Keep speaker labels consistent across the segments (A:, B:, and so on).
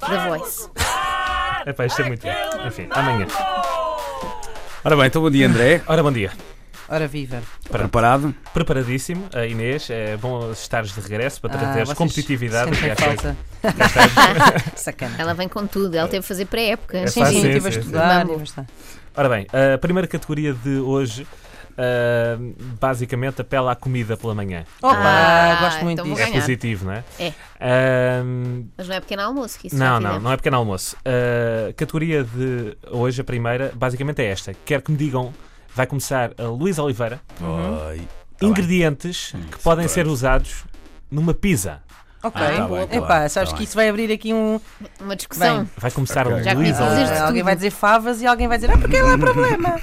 A: The Voice.
B: Epá, isto é muito bom. Enfim, amanhã.
C: Ora bem, então bom dia André,
B: Ora, bom dia.
D: Ora viva.
C: preparado?
B: Preparadíssimo, a Inês. É bom estares de regresso para
D: Ah,
B: trazeres
D: vocês
B: competitividade aqui
D: sentem
B: à coisa.
D: falta. Sacana.
A: Ela vem com tudo, ela teve de fazer pré-época.
B: É
D: Sim,
B: fácil,
D: sim,
B: sim,
D: estive a
B: sim,
D: estudar.
A: sim.
D: estive a estudar.
B: Ora bem, a primeira categoria de hoje ah, basicamente apela à comida pela manhã.
D: Opa,
A: Ah,
D: gosto muito
A: então vou
D: disso.
B: É
A: Ganhar.
B: positivo, não é?
A: É.
B: Ah,
A: Mas não é pequeno almoço que isso
B: Não,
A: já
B: não,
A: fizemos.
B: não é pequeno almoço. A categoria de hoje, a primeira, basicamente é esta. Quero que me digam, vai começar a Luís Oliveira,
C: Oi.
A: Tá
B: ingredientes que podem ser usados numa pizza.
D: Ok.
C: Ah, tá bem, tá
D: Epá,
C: bem,
D: sabes
C: tá
D: que
C: bem.
D: isso vai abrir aqui um.
A: Uma discussão.
B: Vai começar
C: Ok.
B: a
A: Já
B: Luís
A: conheces
B: Oliveira.
A: desde
D: alguém
A: tudo.
D: vai dizer favas e alguém vai dizer, ah, porque lá há problema.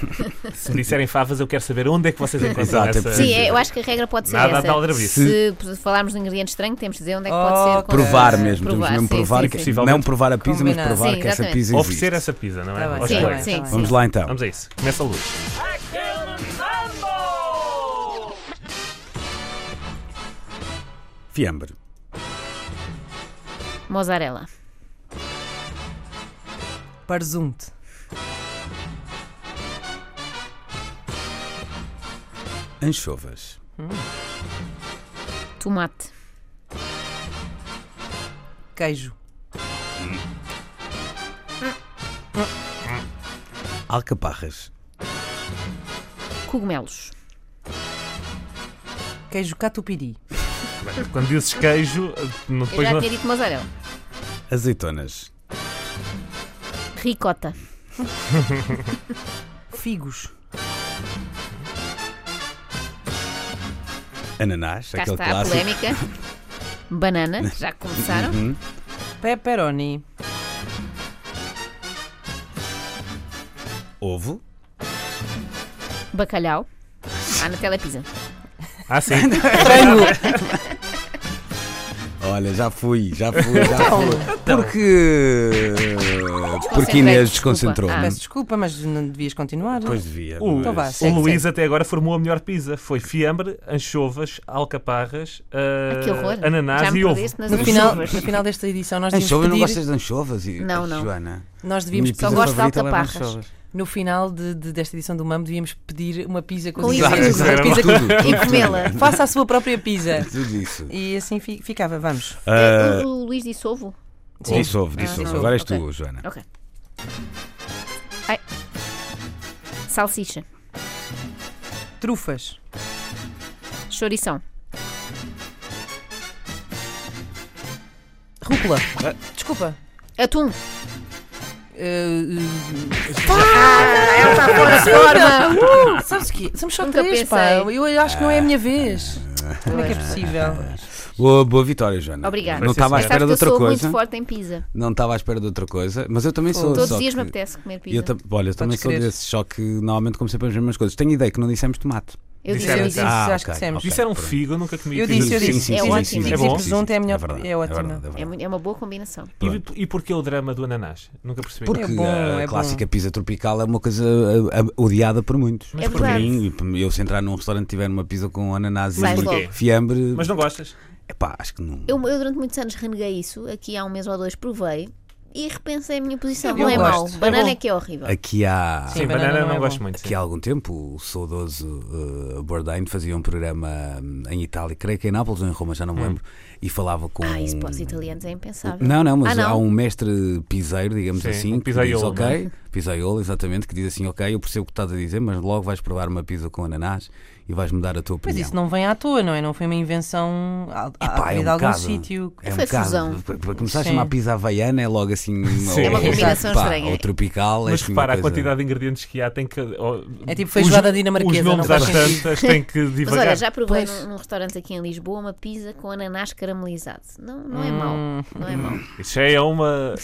B: Se me disserem favas, eu quero saber onde é que vocês encontram
C: Exato, é
B: essa...
C: preciso.
A: Sim, é, eu acho que a regra pode ser
B: Nada
A: essa.
B: de aldrabice.
A: Se falarmos de um ingrediente estranho, temos de dizer onde é que pode
D: Oh,
A: ser. com-
C: Provar mesmo, temos mesmo
A: sim,
C: provar,
A: sim,
C: que, é
A: sim.
B: possível.
C: não provar a pizza, mas
D: Combinado.
C: provar
A: Sim,
C: que essa
A: exatamente.
C: pizza existe.
B: Oferecer essa pizza, não é?
D: Tá bem,
B: Aos
A: Sim,
B: colegas.
A: sim, sim.
C: Vamos lá então.
B: Vamos a isso. Começa a luz.
C: Fiambre,
A: Mozzarella.
D: Presunto.
C: anchovas,
A: Tomate.
D: Queijo.
C: alcaparras,
A: Cogumelos.
D: Queijo catupiry.
B: Bem, Quando dizes queijo, não-
A: Eu
B: depois
A: já
B: não...
A: tinha dito mozzarella.
C: azeitonas,
A: Ricota.
D: Figos.
C: ananás,
A: Cá
C: aquele
A: está a
C: clássico.
A: polémica. Banana. Já começaram.
C: Uhum.
D: Pepperoni.
C: Ovo,
A: Bacalhau. Ah, na telepisa.
B: Ah, sim.
C: olha, já fui, já fui, já fui. Porque. Porque
A: Então, Desconcentrei,
C: Inês
A: desculpa.
C: desconcentrou-me.
A: Ah.
D: Peço desculpa, mas não devias continuar.
C: Pois devia.
B: O,
D: Então vá,
C: mas-
D: segue,
B: o Luís até agora formou a melhor pizza. Foi fiambre, anchovas, alcaparras, ah,
A: Ah, que horror. já
B: ananás
A: me
B: e ovo.
A: perdeste nas
D: No final,
A: anchovas.
D: no final desta edição nós devíamos
C: Anchovas, não
D: pedir,
C: gostas de anchovas? e-
A: Não, não.
C: Joana? Minha
D: nós devíamos
C: pizza
A: gosto de
C: favorita leva
A: alcaparras.
C: anchovas.
D: no final de- de- desta edição do MAM devíamos pedir uma pizza com,
A: Com
D: os
A: isso
C: Claro,
D: ingredientes.
B: tudo.
D: Uma pizza
C: tudo, tudo,
A: E comê-la.
C: tudo.
D: Faça a sua própria pizza.
C: Tudo isso.
D: E assim fi- ficava, vamos.
C: Ah,
A: É, O- O Luís disse ovo.
D: Sim.
C: Disse ovo, disse
A: Ah,
C: ovo.
A: sim.
C: Agora és tu,
A: Ok.
C: Joana.
A: Ok. Ai. Salsicha.
D: Trufas.
A: Chourição.
D: Rúcula. Desculpa. Eh,
A: Atum.
D: Ah, Forma! Uh, Sabes o quê? Somos só
A: Nunca
D: três, pá.
A: pensei.
D: Eu acho que não é a minha vez. Como é que é possível?
C: Boa, boa vitória, Joana.
A: Obrigada.
C: Não estava à
A: Mas sabes
C: espera de
A: que eu
C: outra
A: sou
C: coisa.
A: muito forte em pizza.
C: Não estava à espera de outra coisa. Mas eu também sou.
A: Todos
C: só
A: os dias
C: que-
A: me apetece comer pizza.
C: Eu, tam- olha, eu também sou
D: crer.
C: desses, só que normalmente como sempre as mesmas coisas. Tenho ideia que não dissemos tomate.
A: Eu
B: Disseram
A: digo
D: Dissemos
A: isso.
D: isso,
C: Ah,
D: acho que
C: ok,
D: dissemos.
C: ok,
B: Disseram
C: pronto.
B: figo, eu nunca comi
D: Eu
B: figo.
D: disse, eu disse.
A: É ótimo.
B: É bom?
D: presunto é a melhor-
C: verdade,
D: é ótimo.
C: verdade, é
A: É, mu-
C: verdade.
A: é uma boa combinação.
B: E,
C: Pronto.
B: e porquê o drama do ananás? Nunca percebi.
C: Porque
D: É bom,
C: a
D: é bom.
C: clássica pizza tropical é uma coisa ah, ah, odiada por muitos.
A: É
C: por
A: verdade.
C: mim, e eu se entrar num restaurante e tiver uma pizza com ananás
A: Mas
C: e
A: logo.
C: fiambre,
B: Mas não gostas?
C: epá, acho que não.
A: Eu, eu durante muitos anos reneguei isso. Aqui há um mês ou dois provei. E repensei a minha posição.
D: Eu
A: não é mau.
D: gosto. É
A: Banana
D: bom.
A: é que é horrível.
C: Aqui há.
B: Sim,
D: Sim,
B: banana,
D: banana
B: não,
D: não é
B: gosto
D: bom.
B: muito. sim.
C: Aqui há algum tempo, o saudoso uh, Bourdain fazia um programa hum, em Itália, creio que em Nápoles ou em Roma, já não me
B: Hum.
C: lembro, e falava com. um
A: Ah, isso para os italianos é impensável.
C: Não, não, mas
A: Ah, não.
C: há um mestre piseiro, digamos
B: Sim,
C: assim,
B: um
C: que diz,
B: pisaiolo, não
C: ok, pisaiolo, exatamente, que diz assim, ok, eu percebo o que estás a dizer, mas logo vais provar uma pizza com ananás e vais mudar a tua
D: Mas
C: opinião.
D: isso não vem à toa, não é? Não foi uma invenção à, à,
C: Epá,
D: à
C: é um
D: de algum
C: bocado.
D: sítio.
C: É um
A: Foi
C: bocado.
A: fusão.
C: Para- Para começar a
D: Sim.
C: chamar pizza havaiana é logo assim.
B: Sim.
C: ou-
B: É uma
A: combinação
C: pá,
A: estranha.
C: Ou tropical. é
B: Mas
C: assim uma
B: repara, a
C: coisa-
B: quantidade de ingredientes que há tem que. oh,
D: É tipo feijoada
B: os-
D: dinamarquesa,
B: Os nomes
D: não
B: às
D: faz sentido.
B: tantas têm que
A: Mas
B: divagar.
A: olha, já provei
D: Pois.
A: num, num restaurante aqui em Lisboa uma pizza com ananás caramelizado. Não, não é mau.
D: Hum.
A: Não é mau.
B: Isso é uma,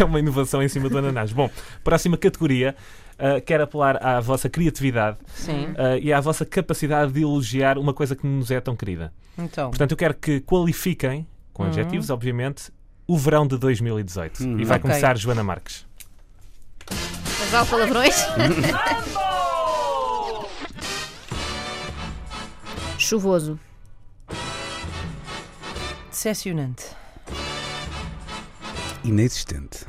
B: é uma inovação em cima do ananás. Bom, próxima categoria. ah, quero apelar à vossa criatividade
D: Sim,
B: ah, e à vossa capacidade de elogiar uma coisa que nos é tão querida.
D: então.
B: Portanto, eu quero que qualifiquem,
A: Uhum.
B: com adjetivos, obviamente, o verão de 2018. E vai
D: Ok.
B: começar Joana Marques.
A: Mas vale palavrões? Chuvoso.
D: Decepcionante.
C: inexistente.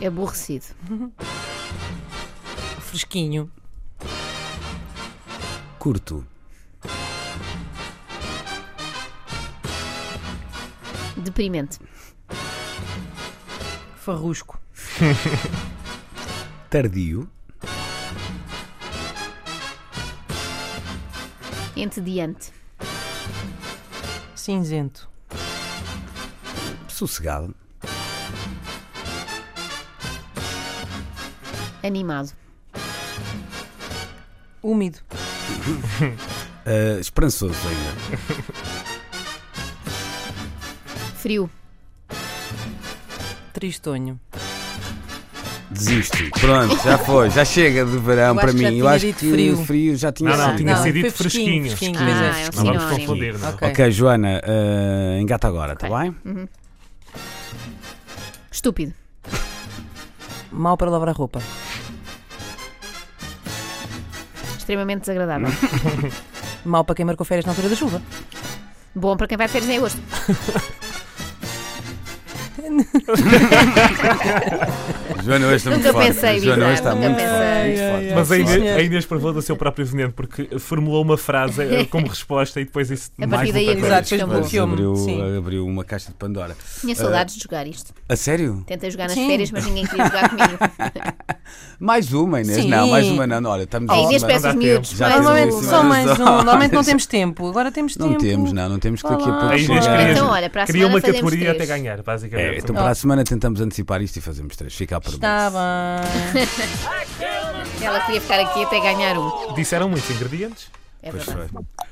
A: É aborrecido.
D: Fresquinho.
C: Curto.
A: Deprimente.
D: Farrusco.
C: Tardio.
A: Entediante.
D: Cinzento.
C: Sossegado.
A: Animado.
D: Úmido.
C: ah, esperançoso ainda.
A: Frio.
D: Tristonho.
C: Desisto. Pronto, já foi. Já chega de verão
D: Eu
C: para
D: acho
C: mim.
D: que já
C: Eu
D: tinha
C: acho
D: dito
C: que
D: frio.
C: frio já tinha
B: Não, não,
C: sido.
B: tinha
D: Não,
B: sido
D: foi
B: dito fresquinho.
D: fresquinho,
B: Não
D: pois
A: Ah, é um
B: vamos
A: sinónimo.
B: confundir, não.
D: Ok.
C: Ok, Joana, ah, engata agora, está
A: Ok.
C: bem?
A: Estúpido.
D: Mal para lavar a roupa.
A: Extremamente desagradável.
D: Mal para quem marcou férias na altura da chuva.
A: Bom para quem vai de férias em agosto.
C: Joana hoje está
A: Nunca
C: muito forte.
A: pensei,
C: Joana
D: é,
C: hoje está
A: Nunca
C: muito
A: pensei.
C: forte,
D: Ai,
C: muito
D: ai,
C: forte.
D: ai.
B: Mas a
D: Sim,
B: Inês,
D: senhor.
B: a Inês provou do seu próprio veneno, porque formulou uma frase eh, como resposta e depois isso
A: A
B: mais
A: partir daí
B: voltou
A: a
B: atrás.
A: coisa descambou.
D: Exato, filme,
C: abriu,
D: sim.
C: abriu uma caixa de Pandora.
A: Tinha saudades de jogar isto.
C: A sério?
A: Tentei jogar nas
D: Sim.
A: férias, mas ninguém queria jogar comigo.
C: Mais uma, Inês?
D: Sim.
C: Não, mais uma não. Olha, estamos
A: A
C: em
A: Inês
C: cima.
A: parece
B: dá
A: os
B: tempo.
A: miúdos.
C: Já
A: mas- é
C: temos
D: Normalmente,
C: isso,
D: só
C: mas
D: mais um.
C: não.
D: Normalmente não temos tempo. Agora temos
C: Não
D: tempo.
C: temos, não, não temos que daqui a
D: Olá.
C: pouco.
B: A Inês
C: chegar.
B: queria,
A: Então, olha, para a
B: queria
A: semana
B: uma
A: fazemos
B: categoria
A: três.
B: até ganhar, basicamente.
C: É, então para a semana tentamos antecipar isto e fazemos três. Fica à pergunta.
D: Está Tá bem.
C: é?
A: Ela queria ficar aqui até ganhar um.
B: Disseram muitos ingredientes.
A: É
C: Pois
A: verdade.
C: foi.